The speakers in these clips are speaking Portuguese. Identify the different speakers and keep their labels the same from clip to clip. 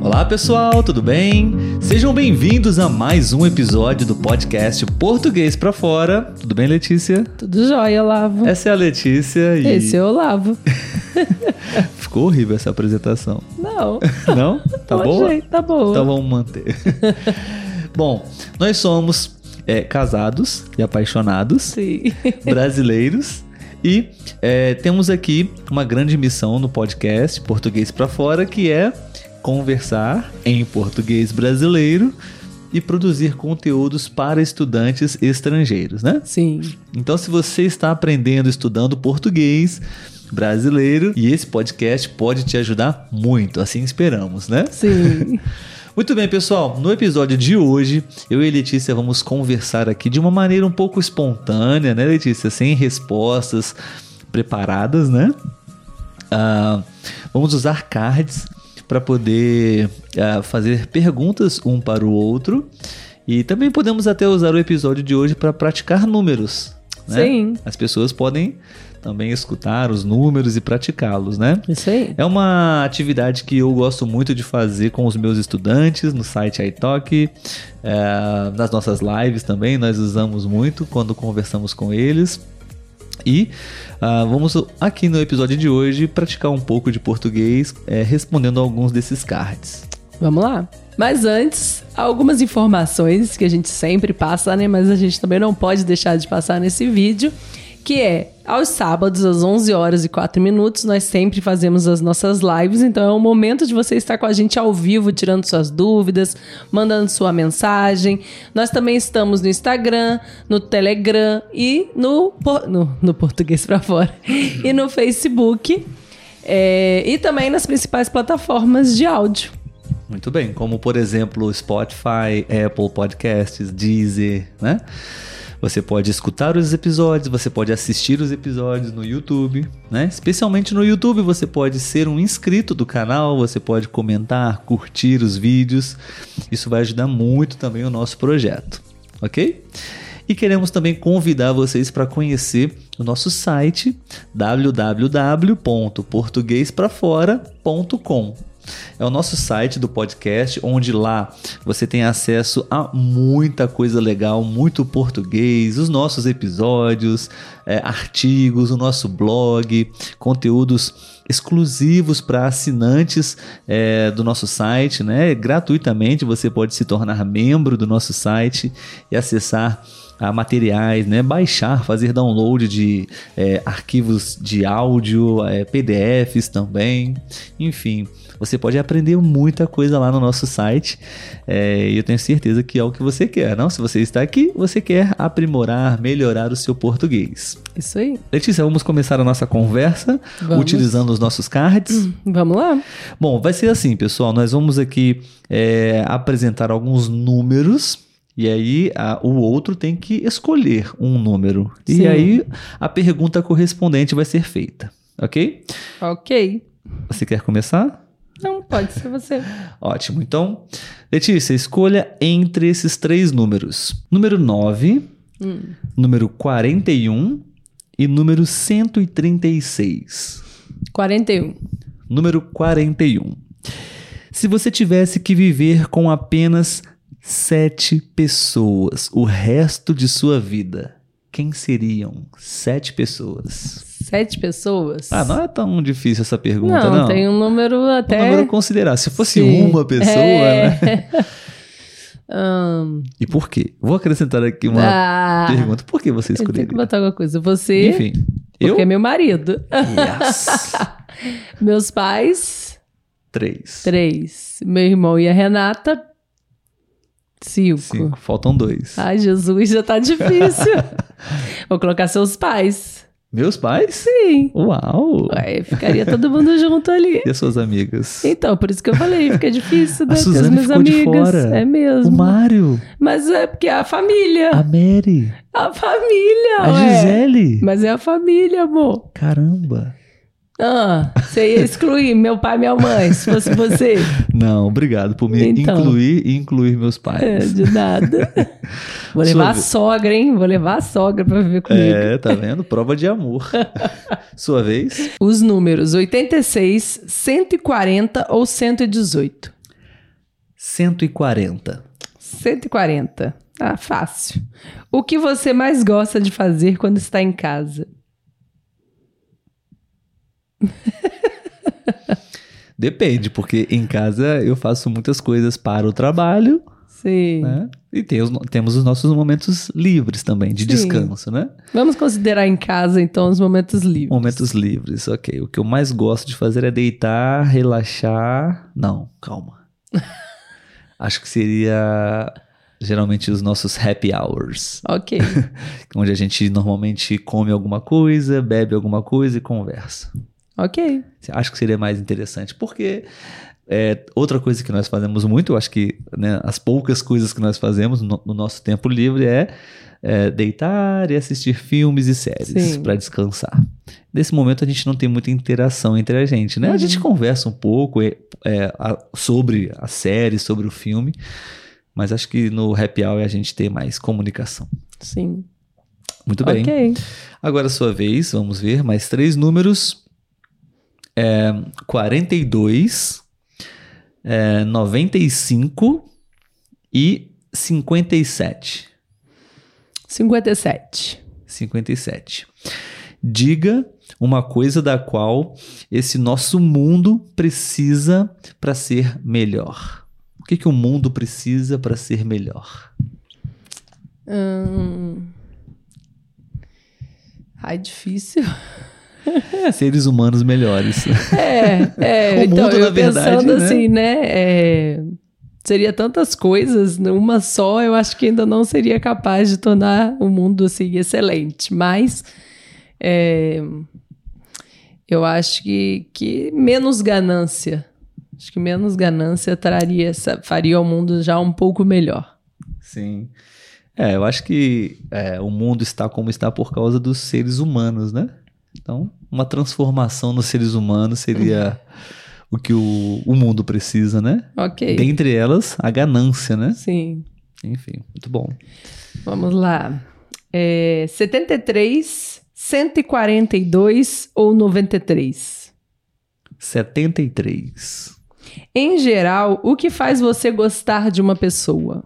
Speaker 1: Olá pessoal, tudo bem? Sejam bem-vindos a mais um episódio do podcast Português pra Fora. Tudo bem, Letícia?
Speaker 2: Tudo jóia, Olavo.
Speaker 1: Essa é a Letícia e
Speaker 2: Esse é o Olavo.
Speaker 1: ficou horrível essa apresentação.
Speaker 2: Não.
Speaker 1: Não? Tá
Speaker 2: eu
Speaker 1: boa?
Speaker 2: Achei, tá boa.
Speaker 1: Então vamos manter. Bom, nós somos é, casados e apaixonados,
Speaker 2: Sim.
Speaker 1: brasileiros. E é, temos aqui uma grande missão no podcast Português pra Fora, que é conversar em português brasileiro e produzir conteúdos para estudantes estrangeiros, né?
Speaker 2: Sim.
Speaker 1: Então, se você está aprendendo, estudando português brasileiro, e esse podcast pode te ajudar muito, assim esperamos, né?
Speaker 2: Sim.
Speaker 1: Muito bem, pessoal. No episódio de hoje, eu e Letícia vamos conversar aqui de uma maneira um pouco espontânea, né, Letícia? Sem respostas preparadas, né? Ah, vamos usar cards para poder ah, fazer perguntas um para o outro. E também podemos até usar o episódio de hoje para praticar números. Né?
Speaker 2: Sim.
Speaker 1: As pessoas podem também escutar os números e praticá-los, né?
Speaker 2: Isso aí.
Speaker 1: É uma atividade que eu gosto muito de fazer com os meus estudantes no site iTalk, eh, nas nossas lives também, nós usamos muito quando conversamos com eles. E ah, vamos aqui no episódio de hoje praticar um pouco de português eh, respondendo alguns desses cards.
Speaker 2: Vamos lá. Mas antes, algumas informações que a gente sempre passa, né? Mas a gente também não pode deixar de passar nesse vídeo, que é aos sábados, às 11 horas e 4 minutos, nós sempre fazemos as nossas lives, então é o momento de você estar com a gente ao vivo, tirando suas dúvidas, mandando sua mensagem. Nós também estamos no Instagram, no Telegram e no, por- no, no Português Pra Fora e no Facebook. É, e também nas principais plataformas de áudio.
Speaker 1: Muito bem, como por exemplo Spotify, Apple Podcasts, Deezer, né? Você pode escutar os episódios, você pode assistir os episódios no YouTube, né? Especialmente no YouTube, você pode ser um inscrito do canal, você pode comentar, curtir os vídeos. Isso vai ajudar muito também o nosso projeto, ok? E queremos também convidar vocês para conhecer o nosso site www.portuguesprafora.com. É o nosso site do podcast, onde lá você tem acesso a muita coisa legal, muito português, os nossos episódios, eh, artigos, o nosso blog, conteúdos exclusivos para assinantes eh, do nosso site, né? Gratuitamente você pode se tornar membro do nosso site e acessar a materiais, né? Baixar, fazer download de eh, arquivos de áudio, eh, PDFs também, enfim. Você pode aprender muita coisa lá no nosso site é, e eu tenho certeza que é o que você quer, não? Se você está aqui, você quer aprimorar, melhorar o seu português.
Speaker 2: Isso aí.
Speaker 1: Letícia, vamos começar a nossa conversa
Speaker 2: Vamos.
Speaker 1: utilizando os nossos cards.
Speaker 2: Vamos lá?
Speaker 1: Bom, vai ser assim, pessoal. Nós vamos aqui é, apresentar alguns números. E aí, a- o outro tem que escolher um número. E
Speaker 2: Sim.
Speaker 1: aí, a pergunta correspondente vai ser feita, ok?
Speaker 2: Ok.
Speaker 1: Você quer começar?
Speaker 2: Não, pode ser você.
Speaker 1: Ótimo. Então, Letícia, escolha entre esses três números: número 9,
Speaker 2: Hum.
Speaker 1: número 41 e número 136.
Speaker 2: 41.
Speaker 1: Número 41. Se você tivesse que viver com apenas sete pessoas o resto de sua vida, quem seriam sete pessoas?
Speaker 2: Sete pessoas?
Speaker 1: Ah, não é tão difícil essa pergunta, não.
Speaker 2: não, tem um número
Speaker 1: Um
Speaker 2: até.
Speaker 1: número considerar. Se fosse
Speaker 2: Sim.
Speaker 1: uma pessoa, né?
Speaker 2: É.
Speaker 1: E por quê? Vou acrescentar aqui uma
Speaker 2: ah,
Speaker 1: pergunta. Por que você
Speaker 2: eu tenho que
Speaker 1: escolheria?
Speaker 2: botar alguma coisa. Você,
Speaker 1: Enfim, eu...
Speaker 2: porque é meu marido.
Speaker 1: Yes.
Speaker 2: Meus pais,
Speaker 1: Três.
Speaker 2: três. Meu irmão e a Renata, cinco.
Speaker 1: Cinco. Faltam dois.
Speaker 2: Ai, Jesus, já tá difícil. Vou colocar seus pais.
Speaker 1: Meus pais?
Speaker 2: Sim.
Speaker 1: Uau!
Speaker 2: Ué, ficaria todo mundo junto ali.
Speaker 1: E as suas amigas?
Speaker 2: Então, por isso que eu falei, fica difícil, né?
Speaker 1: A
Speaker 2: ter
Speaker 1: Suzane
Speaker 2: as minhas
Speaker 1: ficou de
Speaker 2: amigas.
Speaker 1: fora.
Speaker 2: É
Speaker 1: O
Speaker 2: mesmo.
Speaker 1: Mário,
Speaker 2: Mas é porque é a família.
Speaker 1: a Mary,
Speaker 2: A família,
Speaker 1: a
Speaker 2: ué.
Speaker 1: Gisele.
Speaker 2: Mas é a família, amor.
Speaker 1: Caramba!
Speaker 2: Ah, você ia excluir meu pai e minha mãe, se fosse você.
Speaker 1: Não, obrigado por me
Speaker 2: Então.
Speaker 1: incluir e incluir meus
Speaker 2: É,
Speaker 1: pais.
Speaker 2: de nada. Vou levar
Speaker 1: Sua
Speaker 2: a
Speaker 1: vez.
Speaker 2: sogra, hein? Vou levar a sogra pra viver comigo.
Speaker 1: É, tá vendo? Prova de amor. Sua vez?
Speaker 2: Os números 86, 140 ou 118?
Speaker 1: 140.
Speaker 2: 140. Ah, fácil. O que você mais gosta de fazer quando está em casa?
Speaker 1: Depende, porque em casa eu faço muitas coisas para o trabalho,
Speaker 2: Sim.
Speaker 1: né? E tem os no- temos os nossos momentos livres também, de
Speaker 2: Sim.
Speaker 1: descanso, né?
Speaker 2: Vamos considerar em casa, então, os momentos livres.
Speaker 1: Momentos livres, ok. O que eu mais gosto de fazer é deitar, relaxar. Não, calma. Acho que seria geralmente os nossos happy hours,
Speaker 2: Ok.
Speaker 1: onde a gente normalmente come alguma coisa, bebe alguma coisa e conversa.
Speaker 2: ok.
Speaker 1: Acho que seria mais interessante, porque é, outra coisa que nós fazemos muito, eu acho que né, as poucas coisas que nós fazemos no, no nosso tempo livre é, é, deitar e assistir filmes e séries
Speaker 2: Sim.
Speaker 1: para descansar. Nesse momento a gente não tem muita interação entre a gente, né? A
Speaker 2: Uhum.
Speaker 1: gente conversa um pouco é, é, a- sobre a série, sobre o filme, mas acho que no happy hour a gente tem mais comunicação.
Speaker 2: Sim.
Speaker 1: Muito bem.
Speaker 2: Ok.
Speaker 1: Agora, é sua vez, vamos ver mais três números: é, 42, é, 95 e 57.
Speaker 2: 57.
Speaker 1: 57. Diga uma coisa da qual esse nosso mundo precisa para ser melhor. O que, que o mundo precisa para ser melhor?
Speaker 2: Hum... Ai, difícil.
Speaker 1: É, Seres humanos melhores.
Speaker 2: É, é.
Speaker 1: O
Speaker 2: então,
Speaker 1: mundo,
Speaker 2: eu
Speaker 1: na verdade,
Speaker 2: pensando
Speaker 1: né?
Speaker 2: assim, né? é, seria tantas coisas, uma só, eu acho que ainda não seria capaz de tornar o mundo assim excelente. Mas é, eu acho que, que menos ganância. Acho que menos ganância traria, essa- faria o mundo já um pouco melhor.
Speaker 1: Sim. É, eu acho que é, o mundo está como está por causa dos seres humanos, né? Então, uma transformação nos seres humanos seria o que o, o mundo precisa, né?
Speaker 2: Ok.
Speaker 1: Dentre elas, a ganância, né?
Speaker 2: Sim.
Speaker 1: Enfim, muito bom.
Speaker 2: Vamos lá. É, 73, 142 ou 93?
Speaker 1: 73.
Speaker 2: Em geral, o que faz você gostar de uma pessoa?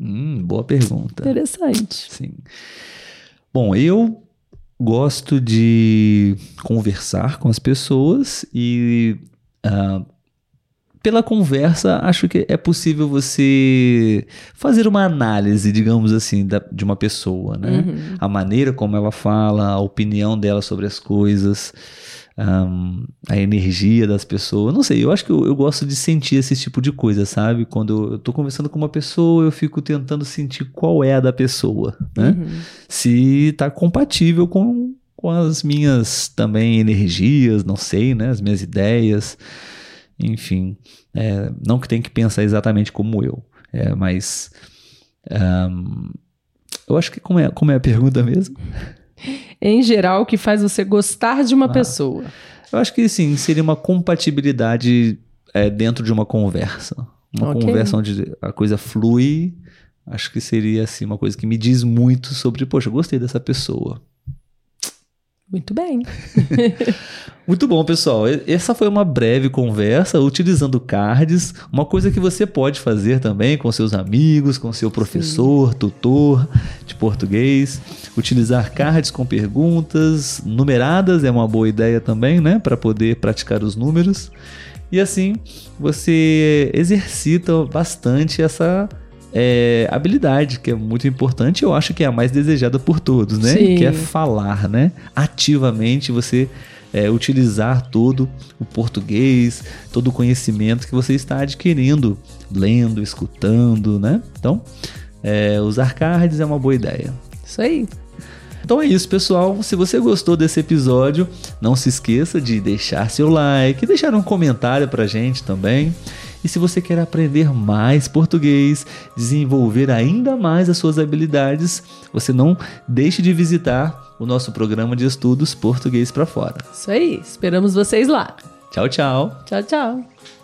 Speaker 1: Hum, boa pergunta.
Speaker 2: Interessante.
Speaker 1: Sim. Bom, eu gosto de conversar com as pessoas e ah, pela conversa acho que é possível você fazer uma análise, digamos assim, da- de uma pessoa, né?
Speaker 2: Uhum.
Speaker 1: a maneira como ela fala, a opinião dela sobre as coisas, ahn, a energia das pessoas. Não sei, eu acho que eu, eu gosto de sentir esse tipo de coisa, sabe? Quando eu, eu tô conversando com uma pessoa, eu fico tentando sentir qual é a da pessoa, né?
Speaker 2: Uhum.
Speaker 1: Se tá compatível com, com as minhas também energias, não sei, né? As minhas ideias. Enfim, é, não que tenha que pensar exatamente como eu, é, mas. ahn, eu acho que como é, como é a pergunta mesmo?
Speaker 2: Em geral, o que faz você gostar de uma
Speaker 1: Ah.
Speaker 2: pessoa?
Speaker 1: Eu acho que sim, seria uma compatibilidade é, dentro de uma conversa. Uma
Speaker 2: Ok.
Speaker 1: conversa onde a coisa flui. Acho que seria assim uma coisa que me diz muito sobre, poxa, eu gostei dessa pessoa.
Speaker 2: Muito bem.
Speaker 1: Muito bom, pessoal. E- Essa foi uma breve conversa utilizando cards, uma coisa que você pode fazer também com seus amigos, com seu professor, tutor de português. Utilizar cards com perguntas numeradas é uma boa ideia também, né, para poder praticar os números. E assim, você exercita bastante essa é, habilidade que é muito importante, eu acho que é a mais desejada por todos, né?
Speaker 2: Sim.
Speaker 1: Que é falar, né? Ativamente você é, utilizar todo o português, todo o conhecimento que você está adquirindo, lendo, escutando, né? Então, é, usar cards é uma boa ideia.
Speaker 2: Isso aí.
Speaker 1: Então é isso, pessoal. Se você gostou desse episódio, não se esqueça de deixar seu like, deixar um comentário pra gente também. E se você quer aprender mais português, desenvolver ainda mais as suas habilidades, você não deixe de visitar o nosso programa de estudos Português para Fora.
Speaker 2: Isso aí. Esperamos vocês lá.
Speaker 1: Tchau, tchau.
Speaker 2: Tchau, tchau.